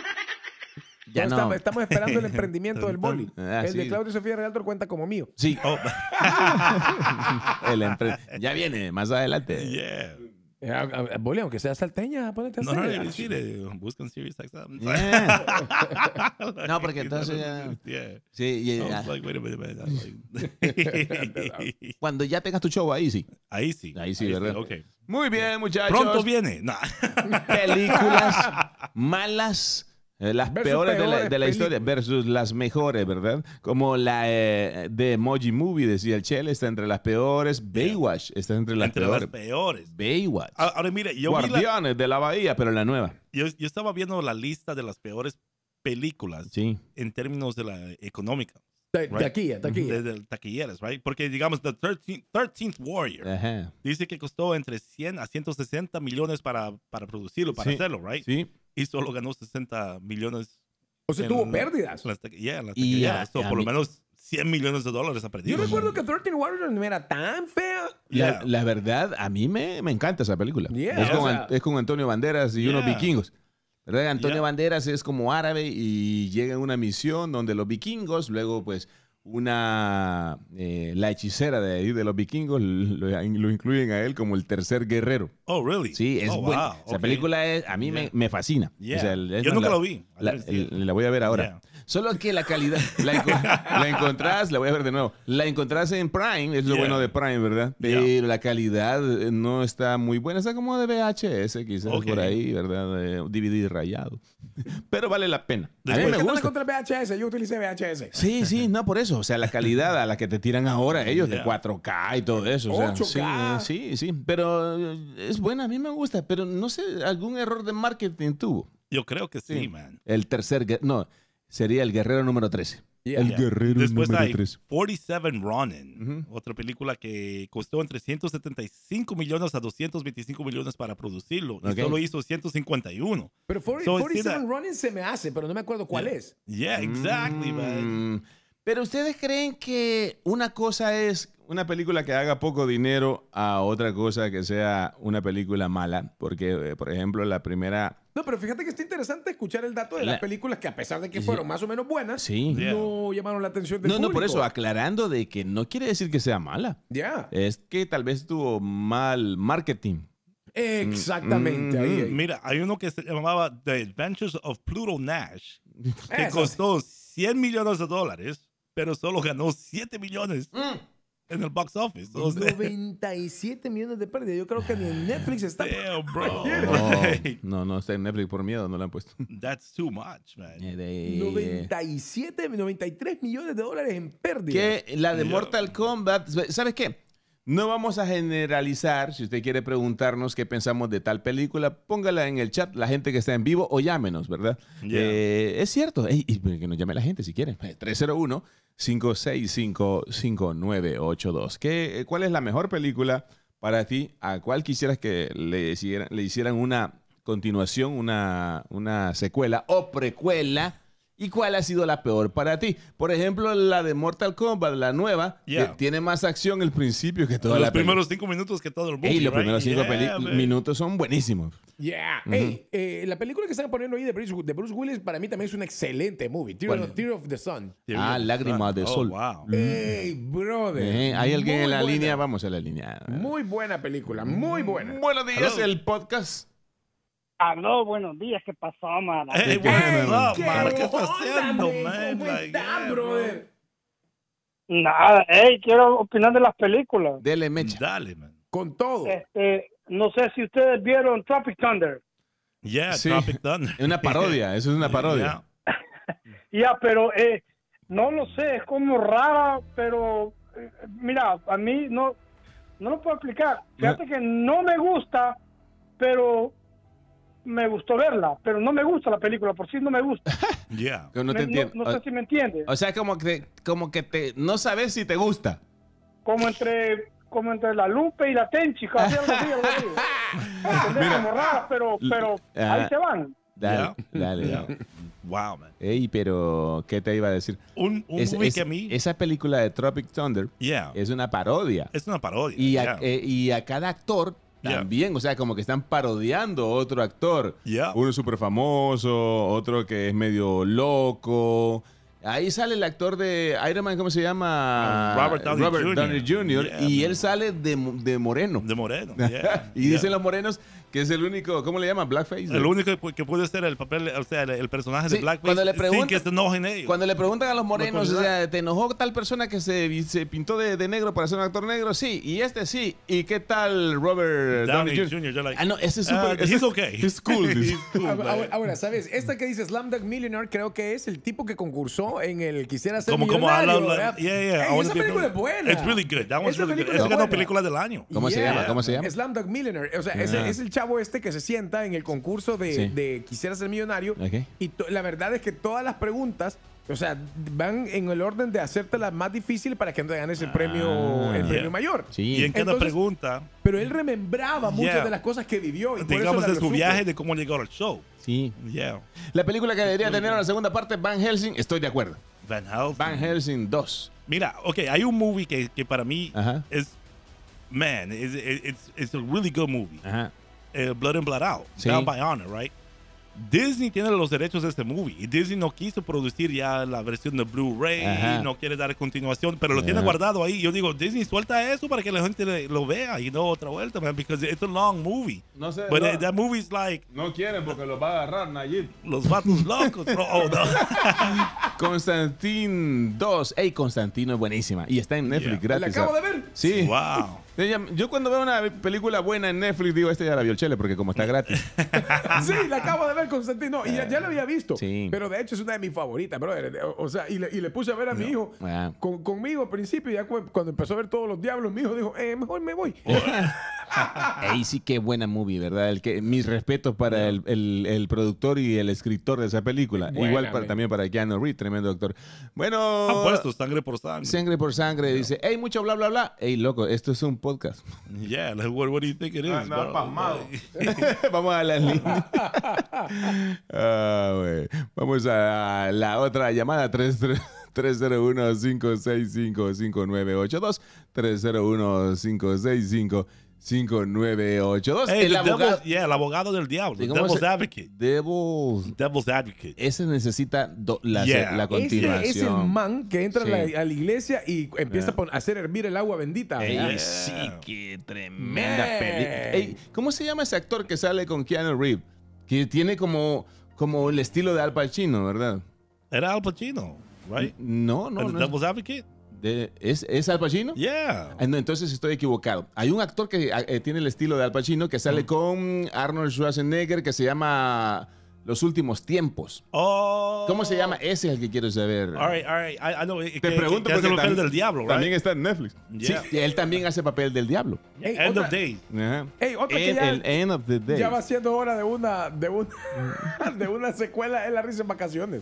Ya No, no. Estamos, estamos esperando el emprendimiento del boli. Ah, el de sí. Claudio Sofía Realtor cuenta como mío. Sí, Oh, el empre- ya viene, más adelante. yeah. Eh, a- a- Boli, aunque sea salteña, ponete a No, no, hacer. no, decir, eh, buscan Sirius XM. Yeah. No, porque entonces ya- Yeah. Sí, y, I was ah, like, wait a minute, man. I was like- cuando ya tengas tu show ahí, sí. Ahí sí. Ahí sí, ¿verdad? Ok. Muy bien, muchachos. Pronto viene. Nah. películas malas, eh, las Versus peores, de la, peores de la historia, versus las mejores, ¿verdad? Como la eh, de Emoji Movie, decía el Chele, está entre las peores. Baywatch está entre las Entre las peores. peores. Baywatch. A- Ahora, mire, yo, vi la- Guardianes de la Bahía, pero la nueva. yo, yo estaba viendo la lista de las peores películas Sí. en términos de la económica, De, de aquí, de aquí. de, de taquilleras, right? Porque, digamos, The 13th, 13th Warrior Ajá. dice que costó entre 100 a 160 millones para, para producirlo, para Sí. hacerlo, right? Sí. Y solo ganó 60 millones O sea, en tuvo la- pérdidas. Las taqu- yeah, las Y taquilleras. a- So, a por lo mí- menos 100 millones de dólares ha perdido. Yo recuerdo que 13 Warriors no era tan fea. La, Yeah. la verdad, a mí me, me encanta esa película. Yeah, es, o con, sea- An- es con Antonio Banderas y unos Yeah. vikingos. ¿verdad? Antonio Yeah. Banderas es como árabe y llega en una misión donde los vikingos, luego pues una eh, la hechicera de ahí de los vikingos lo, lo incluyen a él como el tercer guerrero. Oh, really? Sí, es Oh, buena. wow, Esa ok. película es, a mí me, Yeah. me fascina. Yeah. O sea, el- es Yo más, nunca la- lo vi. I La, didn't see it. el- la voy a ver ahora. Yeah. Solo que la calidad, la, enco- la encontrás, la voy a ver de nuevo. La encontrás en Prime, es lo Yeah. bueno de Prime, ¿verdad? Yeah. Pero la calidad eh, no está muy buena, está como de VHS, quizás Ok. por ahí, ¿verdad? Eh, DVD rayado. Pero vale la pena. A mí Después- me ¿Qué tal gusta. contra el VHS? Yo utilicé VHS. Sí, sí, no por eso. O sea, la calidad a la que te tiran ahora ellos de Yeah. 4K y todo eso. O sea, 8K. Sí, sí, sí. Pero eh, es buena, a mí me gusta. Pero no sé, algún error de marketing tuvo. Yo creo que sí, Sí. man. El tercer, guer- no, sería el guerrero número 13. el Yeah. guerrero Después número hay 13. 47 Ronin, otra película que costó entre 175 millones a 225 millones para producirlo. Ok. Y solo hizo 151. Pero 40- So, 47 sí, la- Running se me hace, pero no me acuerdo cuál es. Yeah, exactly, man. Mm, Pero ustedes creen que una cosa es una película que haga poco dinero a otra cosa que sea una película mala. Porque, eh, por ejemplo, la primera... No, pero fíjate que está interesante escuchar el dato de las La- películas que a pesar de que fueron más o menos buenas, Sí. Yeah. no llamaron la atención del No, no, por público. eso, ah. aclarando de que no quiere decir que sea mala. Ya. Es que tal vez tuvo mal marketing. Exactamente. Mm, ahí, ahí. Mira, hay uno que se llamaba The Adventures of Pluto Nash, que Eso. costó 100 millones de dólares, pero solo ganó 7 millones en el box office. O sea, 97 millones de pérdidas. Yo creo que ni en Netflix está. damn, bro. No, Like, Oh, no, no está en Netflix por miedo, no la han puesto. That's too much, man. Eh, de- 97, 93 millones de dólares en pérdidas. que la de Yeah. Mortal Kombat, ¿sabes qué? No vamos a generalizar, si usted quiere preguntarnos qué pensamos de tal película, póngala en el chat la gente que está en vivo o llámenos, ¿verdad? Yeah. Eh, es cierto, Ey, y que nos llame la gente si quieren. 301 565 5982. ¿Qué, eh, ¿Cuál es la mejor película para ti? ¿A cuál quisieras que le hicieran, le hicieran una continuación, una, una secuela o precuela? ¿Y cuál ha sido la peor para ti? Por ejemplo, la de Mortal Kombat, la nueva, Yeah. que tiene más acción el principio que toda Los la película. primeros cinco minutos que todo el mundo. Ey, los primeros cinco peli- minutos son buenísimos. Yeah. Ey, eh, la película que están poniendo ahí de Bruce, de Bruce Willis para mí también es un excelente movie. Tear, ¿Cuál? Tear of the Sun. Ah, lágrimas de sol. Oh, wow. Eh, Ey, brother. Ejé, Eh, Hay alguien Muy en la buena. línea, vamos a la línea. Muy buena película, muy buena. Buenos días, el podcast. Aló, buenos días, ¿qué pasó, Mara? Hey, ¿Qué what's up, ¿Qué man? ¿Qué onda, estás haciendo, men? man? ¿Cómo Like, está, yeah, brother? Nada, hey, quiero opinar de las películas. Dele bro. mecha. Dale, man. Con todo. Este, no sé si ustedes vieron Tropic Thunder. Yeah, Sí. Tropic Thunder. Es una parodia, eso es una parodia. Ya, pero eh, no lo sé, es como rara, pero eh, mira, a mí no No lo puedo explicar. Fíjate que no me gusta, pero me gustó verla. Pero no me gusta la película, por sí no me gusta. Yeah. Que no te Me- entiendo. no sé si me entiendes. O sea, como que, como que te, no sabes si te gusta. Como entre como entre la Lupe y la Tenchi, casi algo así, algo así. ¿Entendés? Como raras, pero, pero ahí Ah. se van. Dale, dale. Yeah. Mm, dale. Wow, man. Ey, pero, ¿qué te iba a decir? Un, un Es- movie es- que a mí. Esa película de Tropic Thunder yeah. Es, es una parodia. una parodia. Y a, yeah. eh, y a cada actor Yeah. también, o sea, como que están parodiando a otro actor. Yeah. Uno es súper famoso, otro que es medio loco. Ahí sale el actor de Iron Man, ¿cómo se llama? Ah, Robert Downey Jr.. Downey Jr., Yeah, y man. él sale de, mo- de moreno. de Moreno. yeah, y yeah. dicen los morenos que es el único, ¿cómo le llaman? Blackface. El único que- que puede ser el papel, o sea, el, el personaje de Sí, Blackface cuando le sin preguntan- que se enojen ellos. Cuando le preguntan a los morenos, puedo o sea, ¿te enojó tal persona que se, se pintó de, de negro para ser un actor negro? Sí, y este sí. ¿Y qué tal Robert Downey, Jr.? Downey Jr., you're like, ah, no, ese es "Ah, súper... ese he's es- okay." He's cool. dude. Cool, man. Ahora, ahora, ¿sabes? Esta que dice Slam Dunk Millionaire creo que es el tipo que concursó en el Quisiera ser como como habla, millonario. habla- ¿verdad? yeah, yeah, Ey, I wanna esa be a película es billionaire. buena. It's really good. That one's Esa really good. película Esa es ganó buena. película del año. ¿Cómo se llama? ¿Cómo se llama? Slam Dunk Millionaire. O sea, es, Ah. es el chavo este que se sienta en el concurso de, Sí. de Quisiera ser millonario. Ok. Y to- la verdad es que todas las preguntas, o sea, van en el orden de hacerte las más difíciles para que no te ganes el Ah, premio, el yeah. premio mayor. Y en Sí. cada Entonces- pregunta, Pero él remembraba muchas Yeah. de las cosas que vivió. Y por eso digamos, la de su resupo. viaje, de cómo llegó al show. Sí. Yeah. La película que debería tener una segunda parte, Van Helsing, estoy de acuerdo. Van Helsing. Van Helsing 2. Mira, ok, hay un movie que, que para mí Ajá. es, man, it's, it's, it's a really good movie. Ajá. eh, Blood and Blood Out, Sí. Bound by Honor, right? Disney tiene los derechos de este movie y Disney no quiso producir ya la versión de Blu-ray, Ajá. no quiere dar continuación, pero lo tiene Ajá. guardado ahí. Yo digo, Disney suelta eso para que la gente le- lo vea y no otra vuelta, man, because it's a long movie. No sé. But no, eh, that movie is like no quieren porque los va a agarrar Nayib. los vatos locos, bro. Oh, no. Constantín 2. Ey, Constantino es buenísima. Y está en Netflix Yeah. La gratis. acabo ah. de ver. Sí. Wow. Ella- Yo cuando veo una película buena en Netflix digo, este ya la vio el Chele porque como está gratis. Sí, la acabo de ver, Constantino. Y ya, ya la había visto. Sí. Pero de hecho es una de mis favoritas, brother. Eh, O o sea, y le, y le puse a ver a mi hijo Ah. con- conmigo al principio. Y ya cu- cuando empezó a ver todos los diablos, mi hijo dijo, eh, mejor me voy. Oh, Ahí sí que buena movie, ¿verdad? El que, mis respetos para el, el- el productor y el escritor de esa película. Buena, Igual para- men. también para Keanu Reeves, tremendo actor. Bueno, Han puesto sangre Ah, por sangre. sangre por sangre, dice, hey, mucho bla, bla, bla. Hey, loco, esto es un podcast. Yeah, like, what, what do you think it is? Ah, me ha bro? pasmado. Vamos a la línea. Ah, güey. Vamos a la otra llamada 33 301-565-5982. 301-565-5982. Hey, Pues el the abogado. devil's- yeah, el abogado del diablo, the ¿Cómo devil's se- Eh, advocate, Devil's- devil's advocate. Ese necesita do- la, Yeah. la continuación. Ese es el man que entra a, Sí. la, a la iglesia y Ah. empieza a pon- a hacer hervir el agua bendita. Ey, ¿verdad? sí, qué tremenda Man. película. Ey, ¿Cómo se llama ese actor que sale con Keanu Reeves? Que tiene como, como el estilo de Al Pacino, ¿verdad? Era Al Pacino, right? No, no, And the no. Devil's Advocate? De- ¿es, ¿Es Al Pacino? Yeah. Ah, no, entonces estoy equivocado. Hay un actor que ah, eh, tiene el estilo de Al Pacino que Ah. sale con Arnold Schwarzenegger que se llama Los Últimos Tiempos. Oh. ¿Cómo se llama? Ese es el que quiero saber. All right, all right. I, I know. Te pregunto que, que hace porque el papel también- del diablo, También right? está en Netflix. Yeah. Sí, él también hace papel del diablo. Ey, End otra- of days. Ajá. Ey, otra que End- ya- el end of the day. Ya va siendo hora de una, de una, de una secuela en la risa en vacaciones.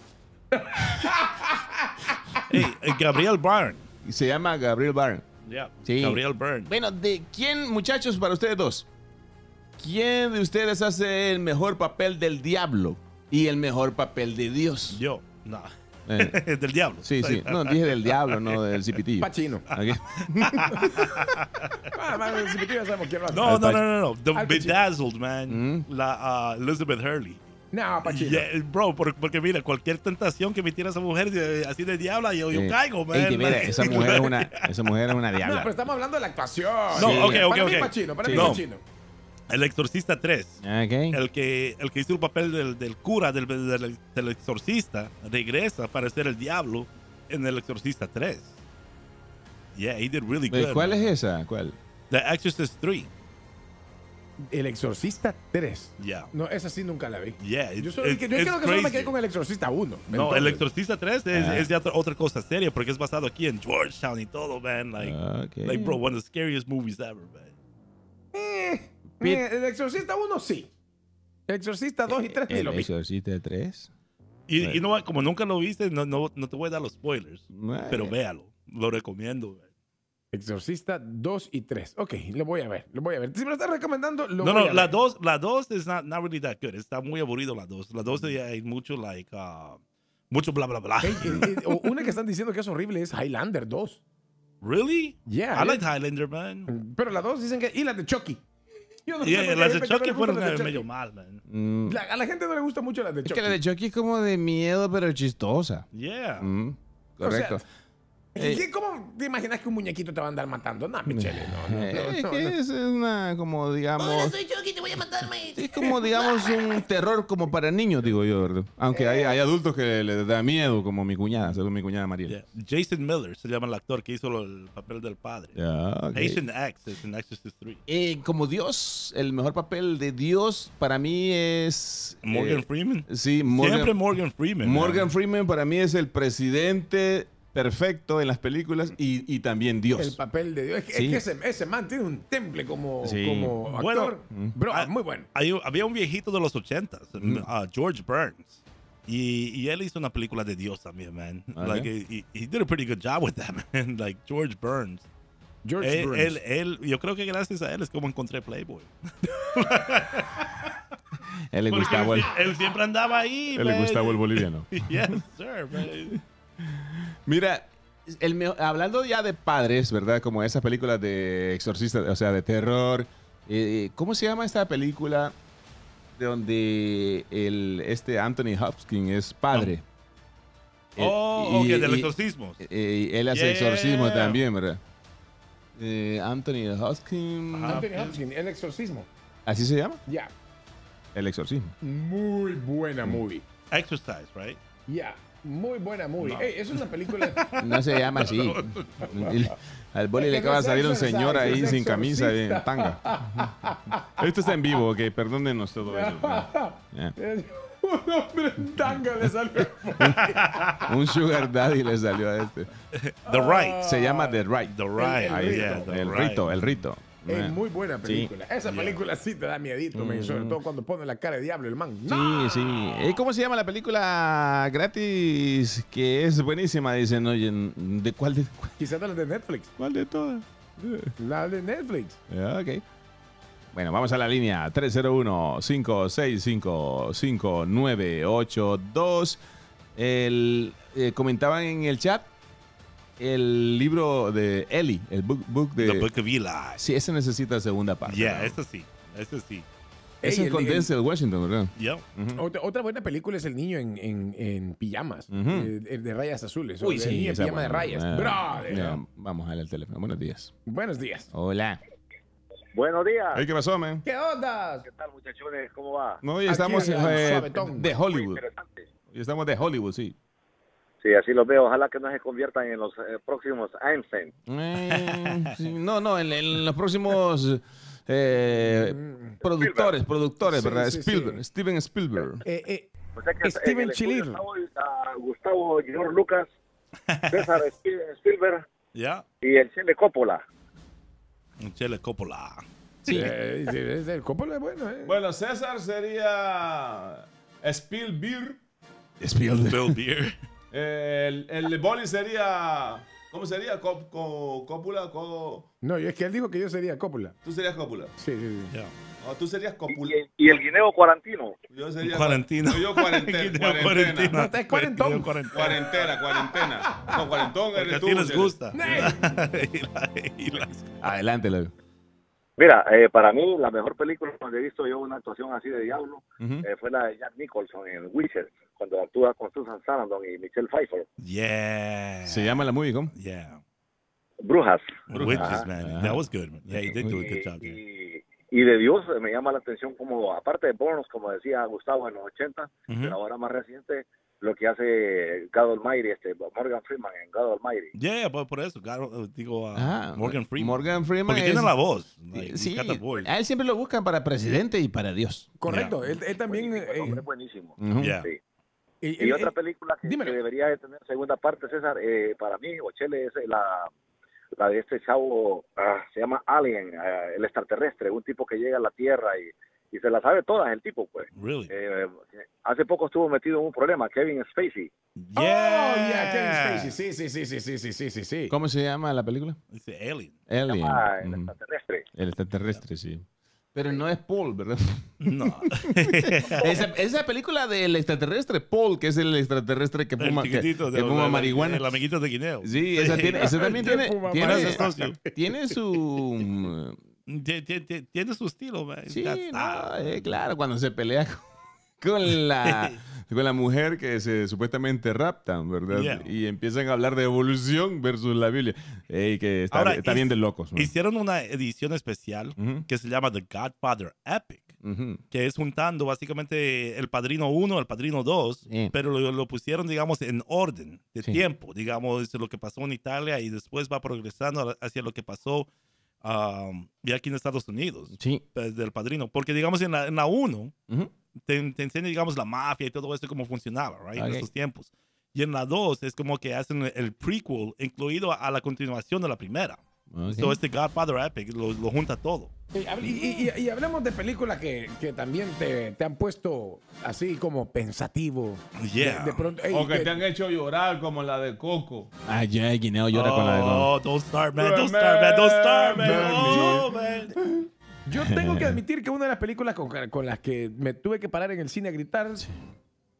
Hey, eh, Gabriel Byrne. Y Se llama Gabriel Byrne. Yeah. Sí. Gabriel Byrne. Bueno, ¿de quién, muchachos, para ustedes dos? ¿Quién de ustedes hace el mejor papel del diablo y el mejor papel de Dios? Yo. No. Eh, del diablo. sí, sí. No, dije del diablo, no del cipitillo. Pachino. Ok. Ah, madre, si me tiras, sabemos quién lo hace. No, Al no, no, Pac- no, no. The Al Pacino. Bedazzled, man. Mm. La uh, Elizabeth Hurley. No, Pachino. Yeah, bro, por- porque mira, cualquier tentación que me tira esa mujer eh, así de diabla, yo, yo Sí. caigo, man. Eh, Ey, que mira, esa mujer es una, esa mujer es una No, pero diabla. estamos hablando de la actuación. No, Sí. ok, ok, Para mí ok. Pachino, para mí No. Pachino. El Exorcista 3. Ok. el que, el que hizo el papel del, del cura, del, del- del exorcista, regresa para ser el diablo en El Exorcista 3. Yeah, he did really Eh, good. ¿Cuál man. es esa? ¿Cuál? The Exorcist 3. El Exorcista 3. Yeah. No, esa sí nunca la vi. Yeah, Yo, it's- solo- it's- yo creo que it's solo me crazy. quedé con El Exorcista 1. No, el entonces. Exorcista 3 es, Ah. es ya otra- otra cosa seria porque es basado aquí en Georgetown y todo, man. Like, Okay. like bro, one of the scariest movies ever, man. Eh, Pit- eh, el Exorcista 1 sí. El Exorcista 2 y 3 ni El lo vi. Exorcista 3. Y, Right. y no, como nunca lo viste, no, no, no te voy a dar los spoilers, Ah, pero véalo. Lo recomiendo, man. Exorcista 2 y 3. Ok, lo voy a ver, lo voy a ver. Si me lo estás recomendando, lo voy No, no, a la ver. 2 la dos is not, not really that good. Está muy aburrido la 2. La 2 ya hay mucho, like, uh, mucho bla, bla, bla. Mm-hmm. Hey, eh, eh, o- una que están diciendo que es horrible es Highlander 2. Really? Yeah, I like Highlander, man. Mm. Pero la 2 dicen que. Y la de Chucky. Yo no sé por Yeah, qué eh, las hay de gente que Chucky no le gusta fueron las de Chucky. medio mal, man. Mm, La- a la gente no le gusta mucho las de es Chucky. que la de Chucky es como de miedo, pero chistosa. Yeah. Mm, correcto. ¿Y Eh. qué- ¿Cómo te imaginas que un muñequito te va a andar matando? No, Michelle, no, no, Eh, no, es no, que no. es una, como Hola, digamos, soy Chucky, te voy a matarme. es como digamos un terror como para niños, digo yo, ¿verdad? Aunque hay, hay adultos que les da miedo, como mi cuñada, según mi cuñada María. Yeah. Jason Miller se llama el actor que hizo lo- el papel del padre. Patient X es en Exorcist 3. Eh, como Dios, el mejor papel de Dios para mí es eh, Morgan Freeman. sí, Morgan, Siempre Morgan Freeman. man. Morgan Freeman para mí es el presidente perfecto en las películas y, y también El Dios. papel de Dios. Es que, es Sí. que ese, ese man tiene un temple como, Sí. mm. como actor. Bueno, Bro, ah, muy bueno. Hay un- había un viejito de los ochentas, ah, George Burns. Y, y él hizo una película de Dios también, man. Ah, Like, he, he did a pretty good job with that, man. Like, George Burns. George él, Burns. eh, él- él- yo creo que gracias a él es como encontré Playboy. Él le Porque gustaba el, él, él siempre andaba ahí, él le Eh, man. gustaba el boliviano. Yes, sir, man. Mira, el meo- hablando ya de padres, ¿verdad? Como esas películas de exorcista, o sea, de terror. eh, ¿Cómo se llama esta película de donde el, este Anthony Hopkins es padre? Eh, Oh, ok, y- del y- exorcismo. eh, él hace Yeah. exorcismo también, ¿verdad? Eh, Anthony Hopkins. Ajá. Anthony Hopkins, El Exorcismo. ¿Así se llama? Ya. El exorcismo. Muy buena Mm. movie. Exercise, right? Ya. Muy buena movie. Ey, es una película. No se llama así. El- Al boli Es le que acaba no de es salir un exercise, señor es ahí sin camisa, exorcista. en tanga. Esto está en vivo, ok, perdónenos todo eso. Ya. es- un hombre en tanga le salió. Un sugar daddy le salió a este. The right. Se llama The Right. The right. El- el yeah, rito. the El right. rito, el rito. Ey, Ya. muy buena película. Esa Yeah. película sí te da miedito, men, sobre todo cuando pone la cara de diablo el man. Mm. Sí, sí. Eh, ¿Cómo se llama la película gratis? Que es buenísima, dicen. Oye, n- ¿de cuál de, cu- Quizás la de Netflix. cuál de todas? La de Netflix. Ah, ok. Bueno, vamos a la línea 301-565-5982. El, eh, comentaban en el chat el libro de Eli, el book, book de... The Book of Eli. Sí, ese necesita segunda parte. Yeah, ¿no? eso sí. Eso sí. Es Ey, el el- con el- Denzel Washington, ¿verdad? Yep. Otra, otra buena película es El niño en, en- en pijamas, Ujú. eh, el de rayas azules. o el sí, niño en esa pijama de buena. rayas. Ah, Brother. ya, vamos a darle el teléfono. Buenos días. Buenos días. Hola. Buenos días. Ay, ¿Qué pasó, man? ¿Qué onda? ¿Qué tal, muchachones? ¿Cómo va? No, hoy Aquí estamos en el eh, suavetón. de Muy Hollywood. interesante. Hoy estamos de Hollywood, sí. Sí, así los veo. Ojalá que no se conviertan en los eh, próximos Einstein. Eh, sí, no, no, en, en los próximos eh, productores, productores, Mm. Sí, ¿verdad? sí, Spielberg, sí. Steven Spielberg. Eh, eh, O sea Pues que en Steven el estudio Chilir. está hoy, ah, Gustavo George Lucas, César Spiel- Spielberg Yeah. y el Chile Coppola. Chele Coppola. eh, eh, el Coppola es bueno, ¿eh? Bueno, César sería Spielberg. eh, Spielberg. Bill Beer. El, el Boli sería. ¿Cómo sería? Cop- co- Copula. co- No, yo- es que él dijo que yo sería Coppola. tú serías Copula. Sí, sí, sí. Yeah. No, tú serías Copula. Y, y el Guineo Cuarantino. Yo sería. Cuarentino. No, yo cuarentena. Guineo cuarentena. cuarentino. No, está cuarentón. Cuarentena. Cuarentena, cuarentena. No, cuarentón Porque eres tú. así les César. gusta. Y la- y las- Adelante, Leo. Mira, eh, para mí la mejor película donde he visto yo una actuación así de diablo eh, fue la de Jack Nicholson en Witcher, cuando actúa con Susan Sarandon y Michelle Pfeiffer. Yeah. Se llama la movie, ¿cómo? Yeah. Brujas. Witches, Ajá. man. That was good, man. Yeah, he did do a good job there. y, y de Dios eh, me llama la atención como, aparte de Bonos, como decía Gustavo en los 80, Ujú. pero ahora más reciente, lo que hace God Almighty, este, Morgan Freeman en God Almighty. Yeah, por, por eso, claro, eh, digo, ah, Ah, Morgan Freeman. Morgan Freeman Porque es- tiene la voz. like, he's Eh, sí, got the voice. a él siempre lo buscan para presidente y para Dios. Correcto, él, él también... Buenísimo, el eh, hombre es buenísimo. Ujú. Yeah. Sí. eh, Y él- otra él- película que, dímelo. que debería de tener segunda parte, César, eh, para mí, Ochele, es eh, la, la de este chavo, ah, se llama Alien, ah, el extraterrestre, un tipo que llega a la Tierra y, y se la sabe todas el tipo, pues. Really? Eh, hace poco estuvo metido en un problema, Kevin Spacey. Oh, yeah. yeah, Kevin Spacey. Sí, sí, sí, sí, sí, sí, sí, sí, sí. ¿Cómo se llama la película? It's the alien. Alien. Ah, el Ujú. extraterrestre. El extraterrestre, sí. Pero no es Paul, ¿verdad? No. esa, esa película del extraterrestre, Paul, que es el extraterrestre que El fuma, que, chiquitito. que de- fuma de- marihuana. El amiguito de Guineo. Sí, esa, tiene, esa también Que tiene, fuma tiene, marihuana. Socio. tiene su... Tie- tie- tie- Tiene su estilo, man. Sí, That's- no, ah. eh, claro, cuando se pelea con, con la, con la mujer que se supuestamente raptan, ¿verdad? Yeah. Y empiezan a hablar de evolución versus la Biblia. Ey, que está, Ahora, está hic- bien de locos. ¿no? Hicieron una edición especial Ujú, que se llama The Godfather Epic, ujú. que es juntando básicamente el Padrino 1, el Padrino 2, Sí. pero lo, lo pusieron, digamos, en orden de Sí. tiempo, digamos, lo que pasó en Italia y después va progresando hacia lo que pasó um, ya aquí en Estados Unidos, Sí. desde el Padrino, porque digamos en la, en la 1 ujú. te, te enseña, digamos, la mafia y todo eso, cómo funcionaba, right, en Ok. esos tiempos. Y en la 2 es como que hacen el prequel incluido a la continuación de la primera. Ok. So, este Godfather Epic lo, lo junta todo. Eh, hable- Y, y- y- y hablemos de películas que, que también te, te han puesto así como pensativo. Yeah. De, de pronto, ey, O que que- te han hecho llorar como la de Coco. Ah, ya, Guineo llora con la de Coco. Oh, don't start, man. Don't Man, start, man. Don't start, man. man, Oh, man. Yo tengo que admitir que una de las películas con, con las que me tuve que parar en el cine a gritar.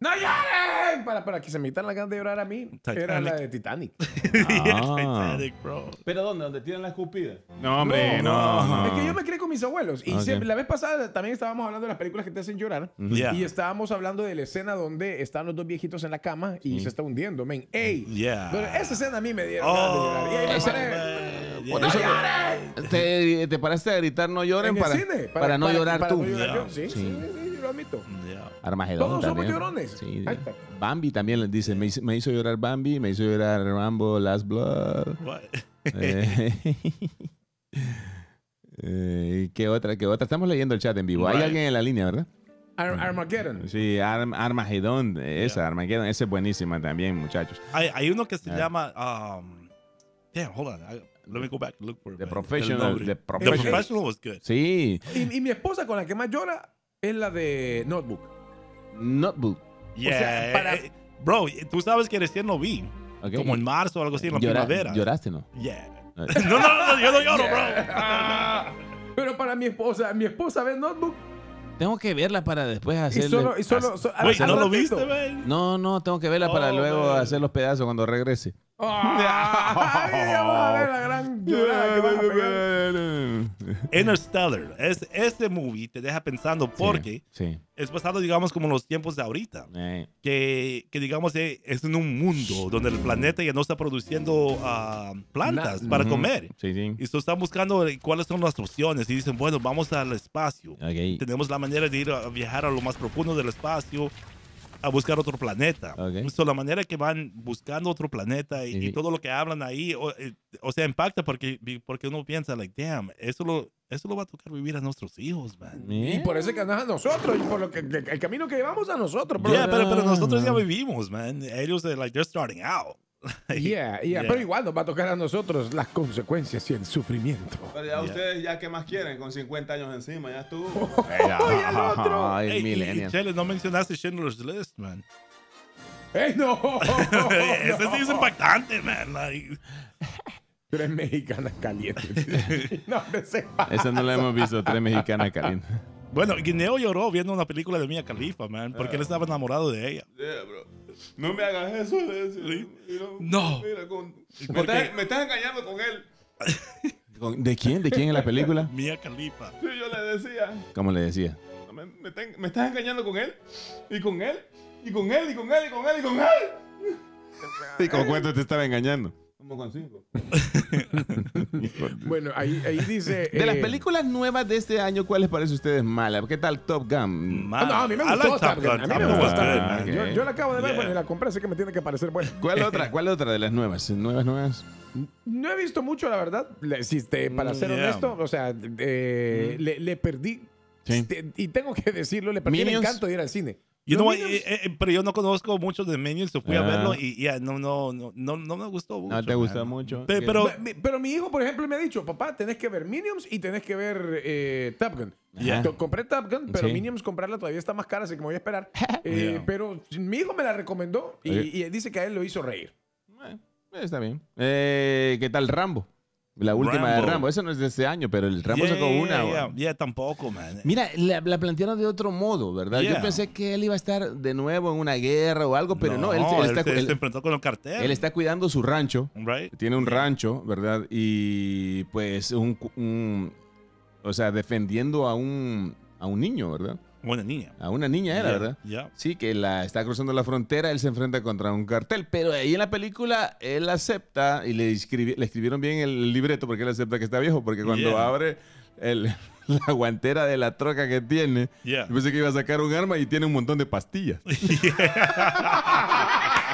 ¡No llores! Para, para que se me quitaran las ganas de llorar a mí. Era la Titanic. de Titanic. Yeah, Ah. Titanic, Oh, bro. ¿Pero dónde? ¿Dónde tiran la escupida? No, hombre, no. no. Es que yo me crié con mis abuelos. Y Ok. siempre- la vez pasada también estábamos hablando de las películas que te hacen llorar. Yeah. Y estábamos hablando de la escena donde están los dos viejitos en la cama y Mm. se está hundiendo, men. ¡Ey! Yeah. Pero esa escena a mí me dieron ganas de Oh, llorar. Y ahí me Esa- paré. man. Por Yeah. eso te, te paraste a gritar no lloren En el para, cine, para, no llorar para tú. no llorar yo. Sí, Yeah. sí, sí, yo lo admito. Yeah. Armagedón Todos somos también. llorones. Sí. Ahí está. Bambi también les dice, me hizo, me hizo llorar Bambi, me hizo llorar Rambo, Last Blood. What? Eh, eh, ¿Qué otra? ¿Qué otra? Estamos leyendo el chat en vivo. Hay Right. alguien en la línea, ¿verdad? Mm. Ar- Armageddon. Sí, Arm- Armagedón, eh, esa, Armagedón, esa es buenísima también, muchachos. Hay, hay uno que se Yeah. llama. Um, damn, hold on. I, let me go back and look for it. The man. Professional, El nombre. The The Professional. Professional was good. Sí, Y, y mi esposa con la que más llora es la de Notebook. Notebook. Yeah. sea, eh, para- eh, Bro, tú sabes que recién lo vi. ok. Como en marzo o algo así, en la Llora- primavera. Lloraste, ¿no? Yeah. Eh. No, no, no, yo no lloro, Pero para mi esposa, mi esposa ve Notebook Tengo que verla para después y hacerle... solo... Y solo, so- bro. al- Wait, al ¿no lo ratito. viste, man? No, no, tengo que verla para Oh, luego man. hacer los pedazos cuando regrese. Ay, ya vas a ver la gran llorada que vas a pegar. Interstellar. Es, este movie te deja pensando porque Sí. es pasado, digamos, como los tiempos de ahorita. Eh, Que, que digamos, eh, es en un mundo donde el planeta ya no está produciendo ah, plantas para ujú. comer. Sí, sí. Y so están buscando eh, cuáles son las opciones. Y dicen, bueno, vamos al espacio. Ok. Tenemos la manera de ir a a viajar a lo más profundo del espacio a buscar otro planeta. Ok. So, la manera que van buscando otro planeta y, Y- y todo lo que hablan ahí, o, eh, o sea, impacta porque, porque uno piensa, like, damn, eso lo, eso lo va a tocar vivir a nuestros hijos, man. ¿Eh? Y por eso es que andas a nosotros y por lo que, que- el camino que llevamos a nosotros, bro. Yeah, pero, pero nosotros ya man. vivimos, man. Ellos, eh, like, they're starting out. Yeah, yeah, Yeah. pero igual nos va a tocar a nosotros las consecuencias y el sufrimiento. Pero ya ustedes, ya que más quieren, con 50 años encima, ya tú. ¡Ay, ah, el otro! ¡Ay, Hey, y- y, millennial! Chele, no mencionaste Schindler's List, man. ¡Eh, no! Ese sí es no. impactante, man. like. Tres mexicanas calientes. no, me sé. Esa no la hemos visto, tres mexicanas calientes. bueno, Guineo lloró viendo una película de Mia Khalifa, man, porque él estaba enamorado de ella. Ah. Yeah, bro. No me hagas eso. le decía. Mira, No. mira, con- me, ¿Por qué? estás, me estás engañando con él. ¿De quién? ¿De quién en la película? Mia Khalifa. Sí, yo le decía. Como le decía. "No, Me, me ten- me estás engañando con él. Y con él. Y con él. Y con él. Y con él. Y con él. ¿Y con cuánto te estaba engañando? Como con cinco. Bueno, ahí, ahí dice. De las eh, películas nuevas de este año, ¿cuál les parece a ustedes mala? ¿Qué tal Top Gun? Ah, no, a mí me I like gustó. Top Top Gun. Gun. A mí me Top Gun gustó. was Top good, Gun. man. Yo, yo la acabo de ver Yeah. cuando la compré, así que me tiene que parecer buena. ¿Cuál otra? ¿Cuál otra de las nuevas? ¿Nuevas, nuevas? No he visto mucho, la verdad. Le- si te- para Mm, ser yeah. honesto, o sea, eh, le, le perdí. Sí. Este, Y tengo que decirlo, le perdí Minions. el encanto de ir al cine. You Los know what, Minions- eh, eh, pero yo no conozco mucho de Minions, so fui a Ah. verlo y ya, no, no, no, no, no me gustó mucho. No te gustó man. mucho. Pe- ¿Qué- pero- Pe- mi- Pero mi hijo, por ejemplo, me ha dicho, papá, tenés que ver Minions y tenés que ver eh, Top Gun. Ajá. Co- Compré Top Gun, pero Sí. Minions comprarla todavía está más cara, así que me voy a esperar. Eh, Yeah. Pero mi hijo me la recomendó y, Oye. y dice que a él lo hizo reír. Bueno, está bien. Eh, ¿Qué tal Rambo? La última de Rambo. Rambo. Eso no es de este año, pero el Rambo Yeah, sacó yeah, una. yeah, bueno. yeah, yeah, tampoco, man. Mira, la, la plantearon de otro modo, ¿verdad? Yeah. Yo pensé que él iba a estar de nuevo en una guerra o algo, pero no, él, él él, está, se- él- se enfrentó con el cartel. él está cuidando su rancho. right? Tiene un rancho, ¿verdad? Y pues un, cu- un- O sea, defendiendo a un, a un niño, ¿verdad? Buena niña. A una niña era, Yeah, ¿verdad? yeah. Sí, que la está cruzando la frontera, él se enfrenta contra un cartel, pero ahí en la película él acepta y le, escribi- le escribieron bien el libreto porque él acepta que está viejo, porque cuando Yeah. abre el- la guantera de la troca que tiene, Yeah. yo pensé que iba a sacar un arma y tiene un montón de pastillas.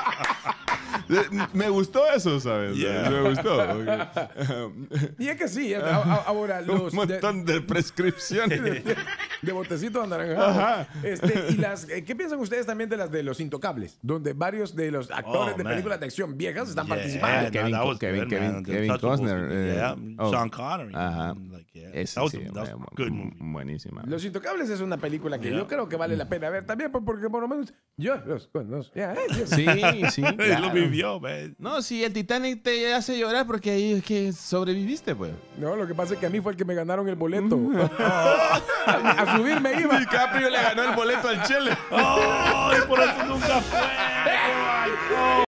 Eh, Me gustó eso, ¿sabes? Yeah. Me gustó. porque- Y es que sí, eh, a- a- ahora los... un montón de prescripciones. de, de botecitos anaranjados. Este, y las, eh, ¿Qué piensan ustedes también de las de los intocables? Donde varios de los actores Oh, de man. películas de acción viejas están Yeah, participando. no, Kevin that Co- was Kevin- good, Kevin- man. The Kevin Untouchables Costner, was- eh, yeah, oh. Sean Connery. Ajá. Like, yeah. Ese that was, sí, that was bu- good movie. Buenísima. Los intocables es una película que Yeah. yo creo que vale la pena ver también, por- porque por lo menos yo los conozco. Ya, eh, yo- Sí, sí. Él Mm, claro. lo vivió, man. No, si el Titanic te hace llorar porque ahí es que sobreviviste, pues. No, lo que pasa es que a mí fue el que me ganaron el boleto. a subirme iba. DiCaprio le ganó el boleto al Chile. ¡Oh! Y por eso nunca fue.